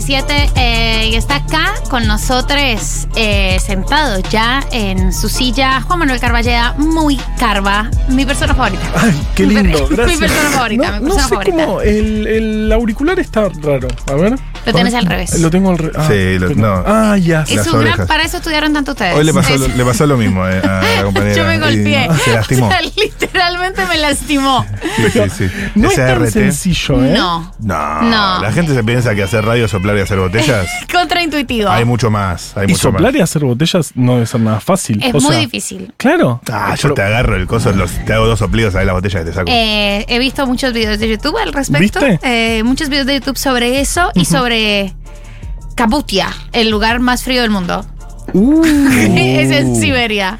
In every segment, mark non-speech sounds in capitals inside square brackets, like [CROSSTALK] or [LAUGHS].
7 eh, y está acá con nosotros eh, sentado ya en su silla Juan Manuel Carballeda, muy carva, mi persona favorita. Ay, qué Mi per- [LAUGHS] lindo, gracias. Mi persona favorita, no, mi no persona sé favorita. cómo, el, el auricular está raro, a ver. Lo tenés al revés. Lo tengo al revés. Sí, lo- no. Ah, ya. sé. Es Las un gran, orejas. para eso estudiaron tanto ustedes. Hoy le pasó, Es- lo, le pasó lo mismo eh, a [LAUGHS] la compañera. Yo me y golpeé. Se lastimó. [LAUGHS] O sea, literalmente me lastimó. Sí, sí, sí. No es Ese tan RT. sencillo, ¿eh? No. No, No. La gente se piensa que hacer radio, soplar y hacer botellas. Contraintuitivo. hay mucho más. Hay Y mucho soplar más. y hacer botellas no debe ser nada fácil. Es o muy sea, difícil. Claro. Ah, yo te agarro el coso, los- te hago dos soplidos, ¿sabes la botella que te saco? Eh, he visto muchos videos de YouTube al respecto. ¿Viste? Eh, muchos videos de YouTube sobre eso y sobre Kabutia, el lugar más frío del mundo. [LAUGHS] Uh, es Uh. en Siberia.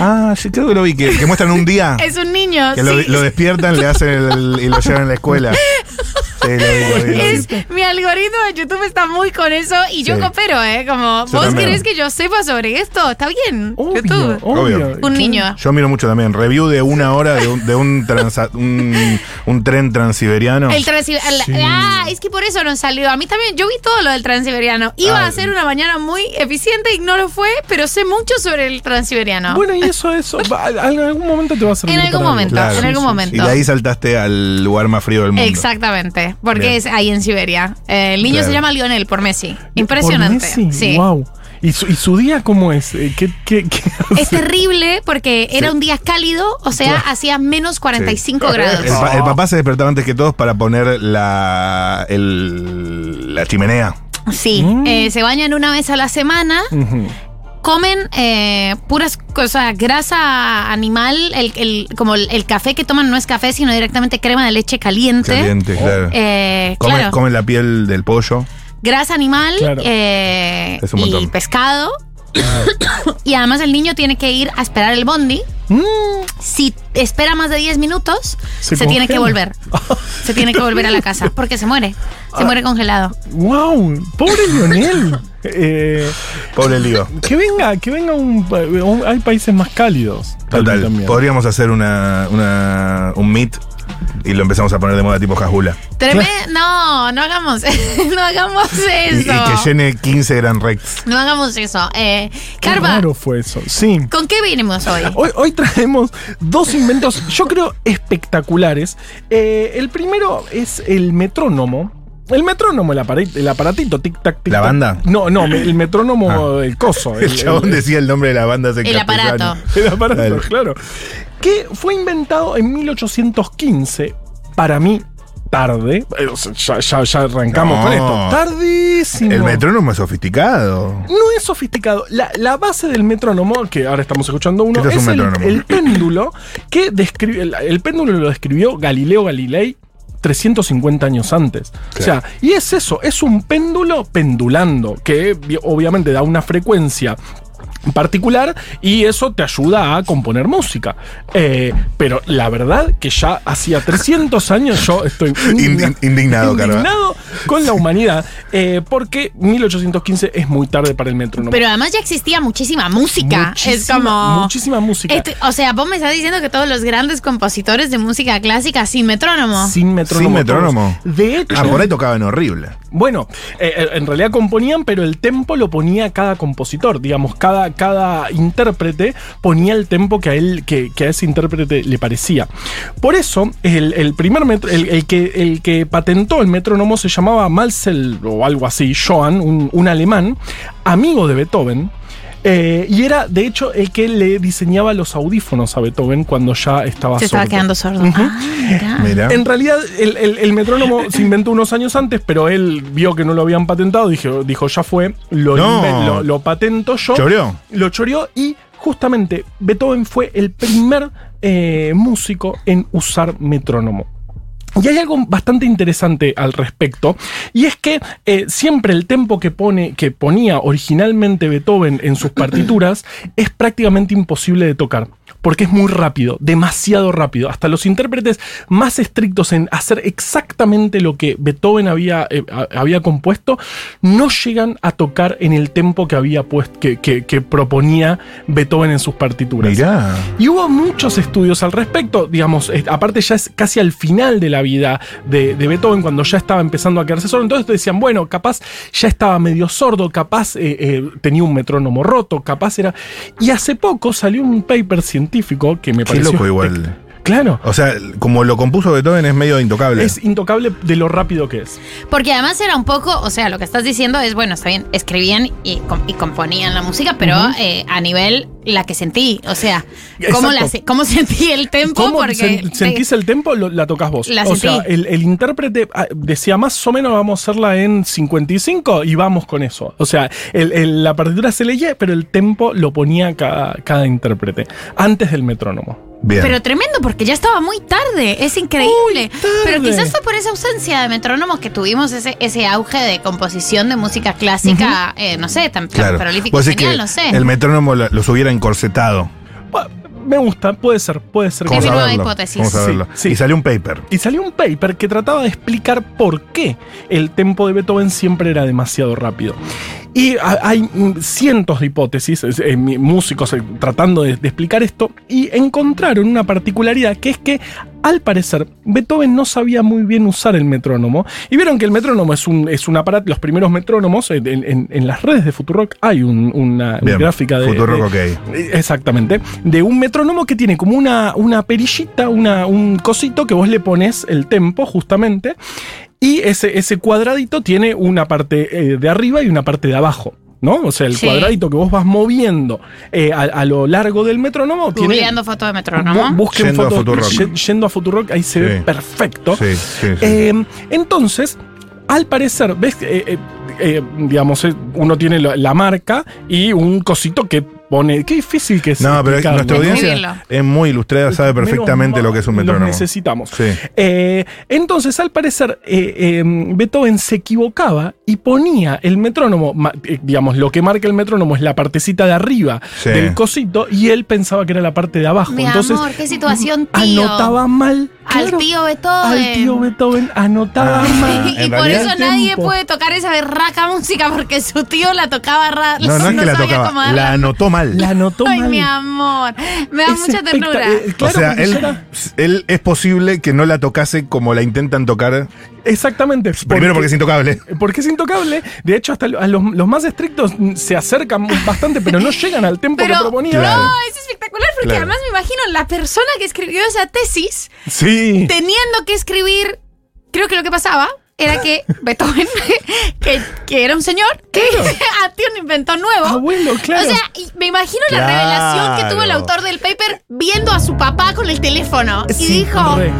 Ah, yo creo que lo vi, que, que muestran un día. [LAUGHS] Es un niño. que lo, sí. lo despiertan, le hacen el- y lo llevan a [LAUGHS] la escuela. Sí, lo vi, lo vi, lo vi. Es- mi algoritmo de YouTube está muy con eso y yo Sí. coopero, ¿eh? Como, Yo ¿vos también. querés que yo sepa sobre esto? Está bien. obvio, YouTube. obvio. Obvio. Un niño. Yo miro mucho también. Review de una hora de un, de un, transa- un, un tren transiberiano. El transi- el- Sí. Ah, es que por eso no salió. A mí también, yo vi todo lo del transiberiano. Iba Ah, a ser una mañana muy eficiente y no lo fue, pero sé mucho sobre el transiberiano. Bueno, y eso, eso. va- en algún momento te va a servir. algún para algo. momento, Claro. en algún momento. y de ahí saltaste al lugar más frío del mundo. Exactamente, porque Bien. es ahí en Siberia. Eh, el niño Claro. se llama Lionel por Messi. Impresionante. Por Messi, Sí. Wow. ¿Y su, ¿Y su día cómo es? Eh, ¿Qué, qué, qué [LAUGHS] hace? Es terrible porque era un día cálido, o sea, hacía menos 45 grados. El, pa- el papá se despertaba antes que todos para poner la, el- la chimenea. Sí, Mm. eh, se bañan una vez a la semana. Ujú. comen eh, puras cosas, grasa animal, el, el- como el, el café que toman no es café, sino directamente crema de leche caliente. Caliente, claro. Eh, Come- claro, Come la piel del pollo. grasa animal Claro. eh, Es un y montón. [COUGHS] pescado. y además el niño tiene que ir a esperar el bondi. Mm, Si espera más de 10 minutos, se, Se tiene que congela. volver. Se tiene que volver a la casa porque se muere. Se muere congelado. wow. Pobre Lionel. [LAUGHS] Eh, Pobre [LAUGHS] lío. que venga, que venga un, pa- un- Hay países más cálidos. tal vez Total. también. Podríamos hacer una, una- un meet y lo empezamos a poner de moda tipo jajula. Tremendo. No, no hagamos, [LAUGHS] no hagamos Y, y eso. que llene 15 Grand Rex. No hagamos eso. Eh, Qué Carva, raro fue eso. Sí. ¿con qué vinimos hoy? Hoy, hoy traemos dos inventos, yo creo, espectaculares. Eh, el primero es el metrónomo. El metrónomo, el, apare- el aparatito, tic-tac, tic-tac. ¿La banda? Ah. No, no, me- el metrónomo, el coso. [LAUGHS] [LAUGHS] El chabón decía el nombre de la banda. hace El castellano. [LAUGHS] aparato. el aparato, Dale. claro. Que fue inventado en 1815, para mí, tarde. Eh, o sea, Ya, ya- ya arrancamos No. con esto. Tardísimo. El metrónomo es sofisticado. No es sofisticado. La, la base del metrónomo, que ahora estamos escuchando uno, ¿Qué es, Este es un el, metrónomo? el péndulo que describe. El, el péndulo lo describió Galileo Galilei 350 años antes. O sea, y es eso, es un péndulo pendulando, que vi- obviamente da una frecuencia particular y eso te ayuda a componer música. Eh, pero la verdad que ya hacía 300 años yo [LAUGHS] estoy Indi- indignado, Carva. indignado con la humanidad eh, porque 1815 es muy tarde para el metrónomo. Pero además ya existía muchísima música. es Muchísima- como. muchísima música. Este- o sea, vos me estás diciendo que todos los grandes compositores de música clásica sin metrónomo. sin metrónomo. Sin metrónomo. todos. De hecho, Ah, por ahí tocaban horrible. Bueno, eh, eh, en realidad componían, pero el tempo lo ponía cada compositor, digamos, cada, cada intérprete ponía el tempo que a él, que, que a ese intérprete le parecía. Por eso, el, el primer metro- el, el que, el que patentó el metrónomo se llamaba Malzel o algo así, Johann, un, un alemán, amigo de Beethoven. eh, y era, de hecho, el que le diseñaba los audífonos a Beethoven cuando ya estaba Se estaba sordo. quedando sordo. Ujú. Ah, [LAUGHS] mirá. Mira. En realidad, el, el- el metrónomo se inventó unos años antes, pero él vio que no lo habían patentado, dijo, dijo ya fue, lo, No. inven- lo, lo patento yo. Choreó. Lo choreó y justamente Beethoven fue el primer eh, músico en usar metrónomo. Y hay algo bastante interesante al respecto, y es que eh, siempre el tempo que, pone, que ponía originalmente Beethoven en sus partituras es prácticamente imposible de tocar. porque es muy rápido, demasiado rápido. Hasta los intérpretes más estrictos en hacer exactamente lo que Beethoven había, eh, a- había compuesto, no llegan a tocar en el tempo que, había puest- que, que- que proponía Beethoven en sus partituras. Mirá. Y hubo muchos estudios al respecto, digamos, eh, aparte ya es casi al final de la vida de, de Beethoven, cuando ya estaba empezando a quedarse solo, entonces te decían, bueno, capaz ya estaba medio sordo, capaz eh, eh, tenía un metrónomo roto, capaz era... Y hace poco salió un paper científico que me Qué pareció... loco igual. Claro. O sea, como lo compuso Beethoven es medio intocable. Es intocable de lo rápido que es. Porque además era un poco, o sea, lo que estás diciendo es, bueno, está bien, escribían y, com- y componían la música, pero eh, a nivel la que sentí, o sea, cómo, la, Exacto. se- cómo sentí el tempo, ¿Cómo porque... sen- sentís el tempo? Lo- la tocas vos. La o sentí. sea, el, el intérprete ah, decía más o menos vamos a hacerla en 55 y vamos con eso. O sea, el- el- la partitura se leía, pero el tempo lo ponía cada, cada intérprete antes del metrónomo. Bien. Pero tremendo, porque ya estaba muy tarde, es increíble. Pero quizás fue por esa ausencia de metrónomos que tuvimos ese, ese auge de composición de música clásica, eh, no sé, tan, tan claro. prolífico y Vos decís genial, que no sé. el metrónomo la- los hubiera encorsetado. Bah, Me gusta, puede ser, puede ser. ¿Cómo Es mi que- nueva saberlo? hipótesis. ¿Cómo Sí, saberlo? sí. Y salió un paper. Y salió un paper que trataba de explicar por qué el tempo de Beethoven siempre era demasiado rápido. Y ha- hay mm, cientos de hipótesis, es- eh, mi- músicos eh, tratando de, de explicar esto, y encontraron una particularidad que es que, al parecer, Beethoven no sabía muy bien usar el metrónomo. Y vieron que el metrónomo es un, es un aparato, los primeros metrónomos, en, en- en- en las redes de Futurock hay un- una Bien. gráfica de, de- Futurock, ok. Exactamente. De un metrónomo que tiene como una, una perillita, una, un cosito que vos le pones el tempo, justamente. Y ese, ese cuadradito tiene una parte eh, de arriba y una parte de abajo. ¿No? O sea, el Sí. cuadradito que vos vas moviendo eh, a, a lo largo del metrónomo Googleando fotos de tiene. metrónomo. Bu- busquen Yendo a fotos- Futurock. ye- Yendo a Futurock, ahí se Sí. ve perfecto. Sí, sí, sí. Eh, entonces, al parecer, ves, Eh, eh, eh, digamos, eh, uno tiene la, la marca y un cosito que pone. Qué difícil que es. no, pero explicarlo, nuestra ¿no? Escribirlo. audiencia es muy ilustrada, sabe Menos perfectamente mal lo que es un los metrónomo. necesitamos. Sí. Eh, entonces, al parecer, eh, eh, Beethoven se equivocaba y ponía el metrónomo, ma- eh, digamos, lo que marca el metrónomo es la partecita de arriba Sí. del cosito y él pensaba que era la parte de abajo. Mi entonces, amor, qué situación, mm, tío. anotaba mal. al claro, tío Beethoven. al tío Beethoven anotaba Ah. mal. Y- y en por realidad eso el nadie tempo. puede tocar esa berraca música porque su tío la tocaba ra- No, [LAUGHS] no es que la sabía tocaba, cómo la, darla. anotó mal. La anotó Ay, mal. mi amor. Me da Es mucha espectac- ternura. eh, claro, o sea, porque él, yo era- él es posible que no la tocase como la intentan tocar. Exactamente. Primero porque es intocable. porque es intocable. De hecho, hasta lo- a los, los más estrictos mm, se acercan bastante, pero no llegan al tempo Pero- que proponía. Claro. No, es espectacular porque Claro. además me imagino la persona que escribió esa tesis Sí. teniendo que escribir. Creo que lo que pasaba era que Beethoven, [LAUGHS] que, que era un señor, que [LAUGHS] ah, tiene un inventó nuevo. Abuelo, Ah, claro. O sea, y me imagino la Claro. revelación que tuvo el autor del paper viendo a su papá con el teléfono. Sí, y dijo: re.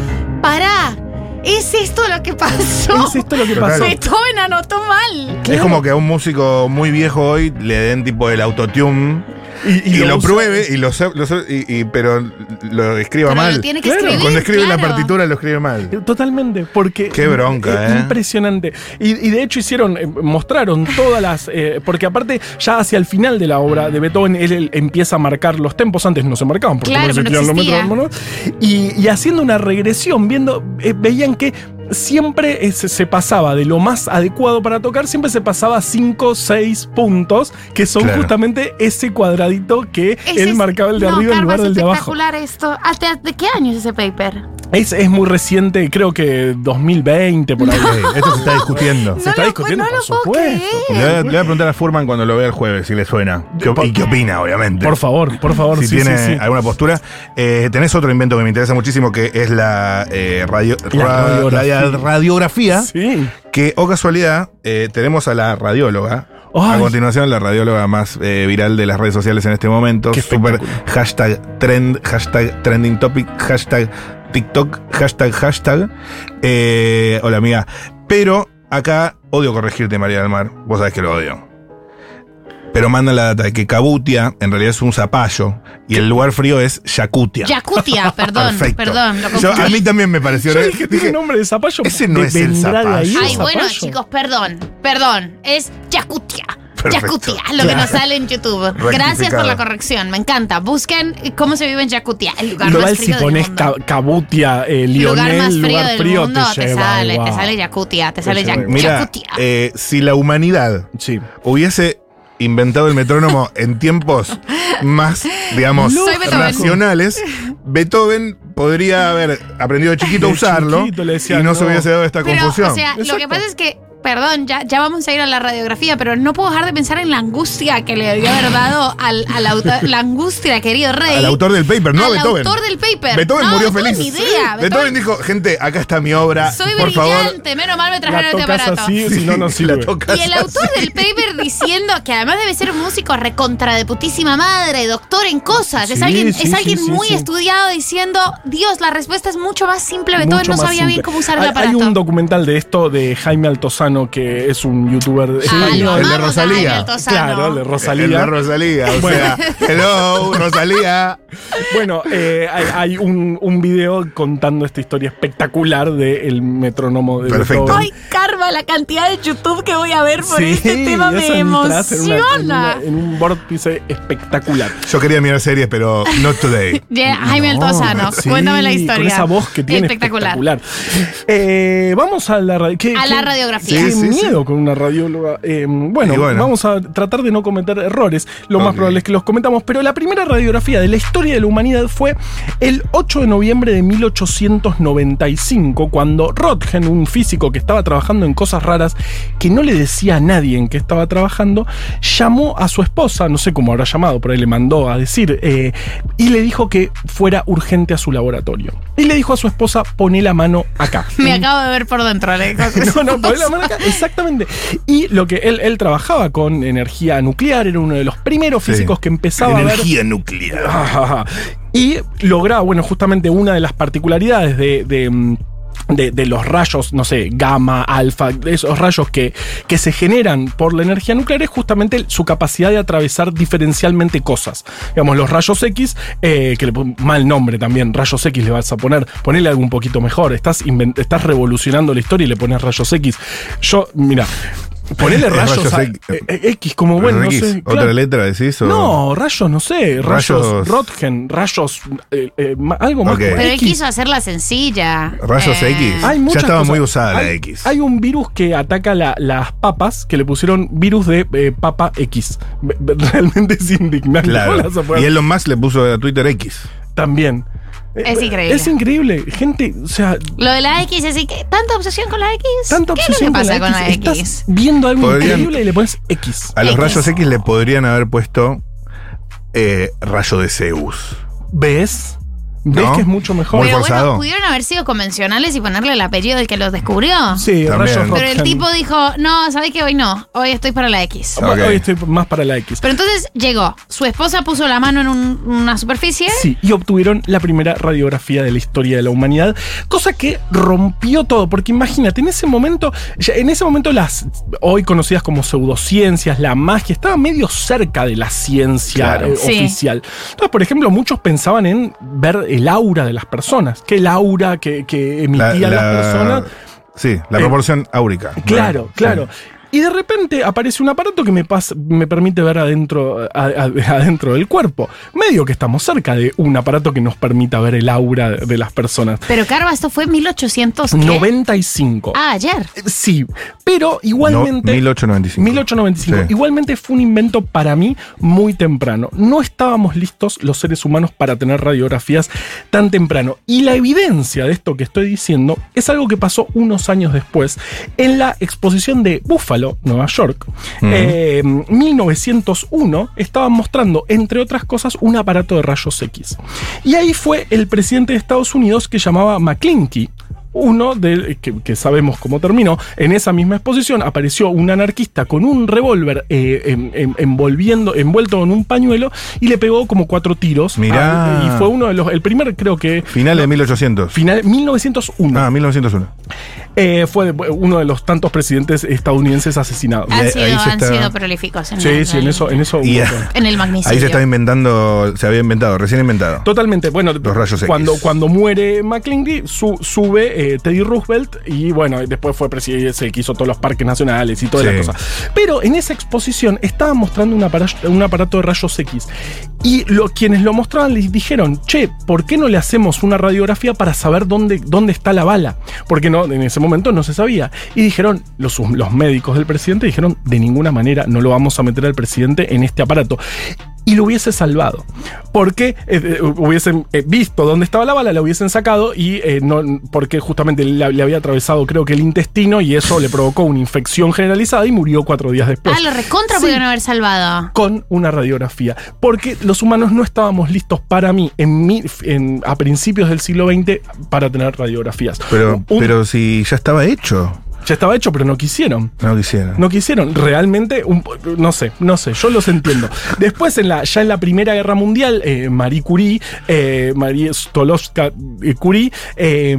Pará, ¿es esto lo que pasó? [LAUGHS] es esto lo que Total. pasó. Beethoven anotó mal. Es como que a un músico muy viejo hoy le den tipo el autotune y, lo, usa- pruebe, y lo, sa- lo sa- y- y- pero lo escriba Pero mal. lo tiene que Claro. escribir. Cuando escribe la claro. partitura lo escribe mal. Totalmente, porque. Qué bronca, ¿eh? Impresionante. Y, y de hecho hicieron, eh, mostraron todas las. eh, porque aparte, ya hacia el final de la obra de Beethoven, él, él empieza a marcar los tempos. Antes no se marcaban porque Claro, no se no escribían los existía. metrónomos. Y, y haciendo una regresión, viendo, eh, veían que. Siempre eh, se, se pasaba de lo más adecuado para tocar, siempre se pasaba 5, 6 puntos, que son Claro. justamente ese cuadradito que Ese él es- marcaba el de no, arriba en Carva, lugar es del de abajo. espectacular esto. ¿Hasta- ¿De qué año es ese paper? Es, es muy reciente, creo que 2020, por ahí. Ey, esto se está discutiendo. Se está lo- discutiendo, no por lo puedo supuesto. creer. Le voy, a, le voy a preguntar a Furman cuando lo vea el jueves si le suena. ¿Qué op- y qué opina, obviamente. Por favor, por favor. si sí, tiene sí, sí. alguna postura. Eh, tenés otro invento que me interesa muchísimo, que es la, eh, radio- La ra- radiografía. la radiografía, Sí. que, o casualidad, eh, tenemos a la radióloga. A Ay. continuación, la radióloga más eh, viral de las redes sociales en este momento. Qué Super espectáculo. hashtag trend, hashtag trending topic, hashtag TikTok, hashtag hashtag. Eh, hola amiga. Pero acá odio corregirte, María del Mar. Vos sabés que lo odio. Pero manda la data de que Cabutia en realidad es un zapallo y el lugar frío es Yakutia. [LAUGHS] Yakutia, perdón, Perfecto. perdón. lo Yo- confundí. a mí también me pareció. Yo ¿no? dije, tiene Dije, nombre de zapallo. ese no ¿de- es el vendrá de ahí zapallo. el Ay, bueno, zapallo? chicos, perdón, perdón. Es Yakutia. Perfecto. Yakutia, lo que nos sale en YouTube. Gracias por Rectificado. la corrección, me encanta. Busquen cómo se vive en Yakutia, el lugar Igual más si frío pones del mundo. ca- Cabutia, eh, lugar más Lionel, frío lugar del frío, mundo, te te, lleva. sale, te guau. sale Yakutia, te sale lleva. Yak- Mira, Yakutia. eh, si la humanidad Sí. hubiese inventado el metrónomo en tiempos más, digamos, Soy Beethoven. racionales, Beethoven podría haber aprendido de chiquito a De usarlo chiquito le decían, y no, se no. hubiese dado esta Pero, confusión. o sea, lo que Exacto. pasa es que, perdón, ya, ya vamos a ir a la radiografía, pero no puedo dejar de pensar en la angustia que le debió haber dado al, al autor, la angustia, querido rey. al autor del paper, no a al Beethoven. autor del paper. Beethoven No, murió no tengo feliz. ni idea. Beethoven, dijo, gente, acá está mi obra. Soy por favor. brillante, menos mal me La trajeron este tocas aparato. así, si no, no Si [LAUGHS] la sirve. tocas. Y el autor del paper diciendo que además debe ser un músico recontra de putísima madre, doctor en cosas. es Sí, alguien, sí, es sí, alguien sí, muy sí. estudiado diciendo, Dios, la respuesta es mucho más simple. Beethoven Mucho no más sabía bien simple. cómo usar hay, el aparato. Hay un documental de esto de Jaime Altozano, que es un youtuber Ah, español. lo el de amamos a Rosalía. Daniel Altozano. Claro, el de Rosalía. El de Rosalía, o sea, hello, Rosalía. Bueno, eh, hay, hay un, un video contando esta historia espectacular del metrónomo de Perfecto. Beethoven. Ay, karma, la cantidad de YouTube que voy a ver por Sí, este tema me esas entradas en una- en una- emociona. En, un vórtice espectacular. Yo quería mirar series, pero not today. Bien, Jaime No, Altozano, sí, cuéntame la historia. Con esa voz que tiene. Espectacular. Espectacular. Eh, vamos a la, ra- qué- A la qué- radiografía. Qué Sí, sí, miedo con una radióloga. Eh, bueno, Y bueno. vamos a tratar de no cometer errores. Lo Ok. más probable es que los cometamos. Pero la primera radiografía de la historia de la humanidad fue el 8 de noviembre de 1895, cuando Röntgen, un físico que estaba trabajando en cosas raras, que no le decía a nadie en qué estaba trabajando, llamó a su esposa, no sé cómo habrá llamado, pero ahí le mandó a decir, eh, y le dijo que fuera urgente a su laboratorio. Y le dijo a su esposa, poné la mano acá. Me acabo de ver por dentro, Ale. [LAUGHS] No, no, poné la mano acá, exactamente. Y lo que él, él trabajaba con energía nuclear, era uno de los primeros Sí. físicos que empezaba a ver. Energía nuclear. Ajá. [LAUGHS] Y lograba, bueno, justamente una de las particularidades de. de, mm, de- de los rayos, no sé, gamma, alfa, de esos rayos que, que se generan por la energía nuclear es justamente su capacidad de atravesar diferencialmente cosas. Digamos, los rayos X, eh, que le pon- mal nombre también, rayos X le vas a poner, ponele algo un poquito mejor, estás, invent- estás revolucionando la historia y le pones rayos X. Yo, mira, ponele [LAUGHS] Es rayos, rayos a- X. eh, eh, X como bueno, no X, sé. ¿Otra claro. letra decís? o- No, rayos, no sé. Rayos, Rayos. Röntgen, rayos, eh, eh, ma- algo más. Ok. como Pero él X. quiso hacerla sencilla. Eh, Rayos X. Hay Ya muchas estaba muy cosas. usada la Hay- X. Hay un virus que ataca la- las papas que le pusieron virus de eh, papa X. Be- be- [LAUGHS] Realmente es [LAUGHS] indignante. ¿Cómo le Claro. vas a poner? Y Elon Musk le puso a Twitter X. También. Eh, Es increíble. Es increíble. Gente, o sea, Lo de la X, así que tanta obsesión con la X. tanta ¿Qué obsesión es lo que pasa con la X. con la X? Estás viendo algo Podrían- Ah. increíble y le pones X. A los X. rayos X le podrían haber puesto eh, rayo de Zeus. ¿Ves? ¿Ves No. que es mucho mejor? Muy Pero forzado. bueno, pudieron haber sido convencionales y ponerle el apellido del que los descubrió. sí, También. rayos Pero Pero el Röntgen. tipo dijo, no, ¿sabes qué? Hoy no, hoy estoy para la X. Ah. Ok. Hoy estoy más para la X. Pero entonces llegó, su esposa puso la mano en un- una superficie. Sí, y obtuvieron la primera radiografía de la historia de la humanidad, cosa que rompió todo, porque imagínate, en ese momento, ya- en ese momento las hoy conocidas como pseudociencias, la magia, estaba medio cerca de la ciencia Claro. eh, Sí. oficial. Entonces, por ejemplo, muchos pensaban en ver el aura de las personas, que el aura que, que La- emitía la- las personas Sí, la Eh, proporción áurica. Claro, claro. Y de repente aparece un aparato que me, pas- me permite ver adentro, a- [LAUGHS] a- adentro del cuerpo. Medio que estamos cerca de un aparato que nos permita ver el aura de, de las personas. Pero Carva, esto fue en 1800. ¿qué? 95. Ah, ayer. Eh, Sí, pero No, igualmente... 1895. 1895. Sí. Igualmente fue un invento para mí muy temprano. No estábamos listos los seres humanos para tener radiografías tan temprano. Y la evidencia de esto que estoy diciendo es algo que pasó unos años después en la exposición de Buffalo, Nueva York. Eh, 1901 estaban mostrando, entre otras cosas, un aparato de rayos X. Y ahí fue el presidente de Estados Unidos que llamaba McClinky. Uno de, que, que sabemos cómo terminó, en esa misma exposición apareció un anarquista con un revólver eh, em- em- envolviendo, envuelto en un pañuelo y le pegó como cuatro tiros. Mirá. Ah, y fue uno de los, el primer creo que, Final de 1800. final, 1901. Ah, 1901. Eh, fue uno de los tantos presidentes estadounidenses asesinados. Ah, Han, ahí- sido, ahí se han está- sido prolíficos. En Sí, el- sí, en eso, en eso. un Y- montón. en el magnicidio. Ahí se estaba inventando, se había inventado, recién inventado. Totalmente, bueno, Los rayos X. cuando, cuando muere McClingy, su- sube eh, Teddy Roosevelt y bueno, y después fue presidente, se quiso todos los parques nacionales y toda la Sí. cosa. Pero en esa exposición estaba mostrando un aparato, un aparato de rayos X y lo- quienes lo mostraban les dijeron, che, ¿por qué no le hacemos una radiografía para saber dónde, dónde está la bala? Porque no, en ese momento no se sabía. Y dijeron, los, los médicos del presidente dijeron, de ninguna manera no lo vamos a meter al presidente en este aparato y lo hubiese salvado. Porque eh, eh, hubiesen eh, visto dónde estaba la bala, la hubiesen sacado y eh, no, porque justamente la- le había atravesado creo que el intestino y eso le provocó una infección generalizada y murió cuatro días después. ah, lo recontra Sí. pudieron haber salvado. Con una radiografía. Porque los humanos no estábamos listos para mí en mi- en- a principios del siglo XX para tener radiografías. Pero, Un- pero si ya estaba hecho, ya estaba hecho, pero no quisieron. no quisiera. No quisieron, realmente, un po- no sé, no sé, yo los [LAUGHS] entiendo. Después, en la, ya en la Primera Guerra Mundial, eh, Marie Curie, eh, Marie Stolowska eh, Curie, eh,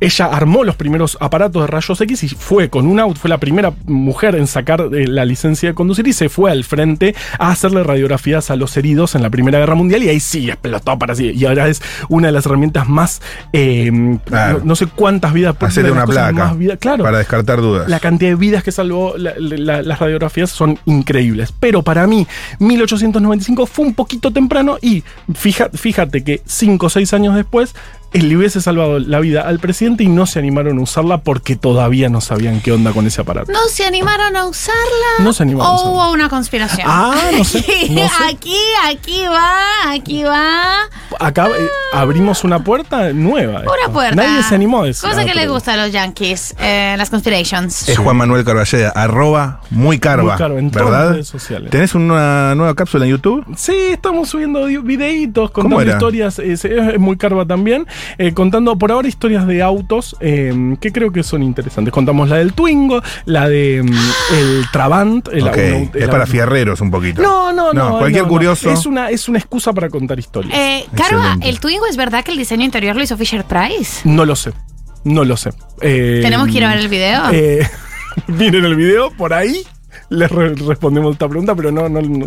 ella armó los primeros aparatos de rayos X y fue con un auto, fue la primera mujer en sacar eh, la licencia de conducir y se fue al frente a hacerle radiografías a los heridos en la Primera Guerra Mundial y ahí sí explotó para sí. Y ahora es una de las herramientas más, eh, Claro. no, no sé cuántas vidas, pero Hacerle de las una cosas placa más vida- claro. para descartar dudas. La cantidad de vidas que salvó la- la- las radiografías son increíbles. Pero para mí, 1895 fue un poquito temprano y fija- fíjate que 5 o 6 años después eh, le hubiese salvado la vida al presidente y no se animaron a usarla porque todavía no sabían qué onda con ese [LAUGHS] aparato. No se animaron a usarla. No se animaron a O usarla. hubo una conspiración. [LAUGHS] Ah, no sé, no sé. Aquí, aquí va, aquí va. Acá eh, abrimos una puerta nueva. Una esto. puerta. Nadie se animó a decir. Cosa ah, que les pero- gusta a los yankees, eh, las conspirations. Es Juan Manuel Carballeda, arroba muy carva. Muy carva en todas ¿verdad? las redes sociales. ¿Tenés una nueva cápsula en YouTube? Sí, estamos subiendo di- videitos, contando era? historias, eh, se- es, muy carva también, eh, contando por ahora historias de autos eh, que creo que son interesantes. Contamos la del Twingo, la de mm, el Trabant, el Ok, auto- el es para auto- fierreros un poquito. No, no, no. No, cualquier no, no. curioso. Es una, es una excusa para contar historias. Eh, Carva, Excelente. ¿el Twingo es verdad que el diseño interior lo hizo Fisher Price? No lo sé. No lo sé. Eh, ¿Tenemos que ir a ver el video? [LAUGHS] eh, miren el video, por ahí les re- respondemos esta pregunta, pero no, no, no- no.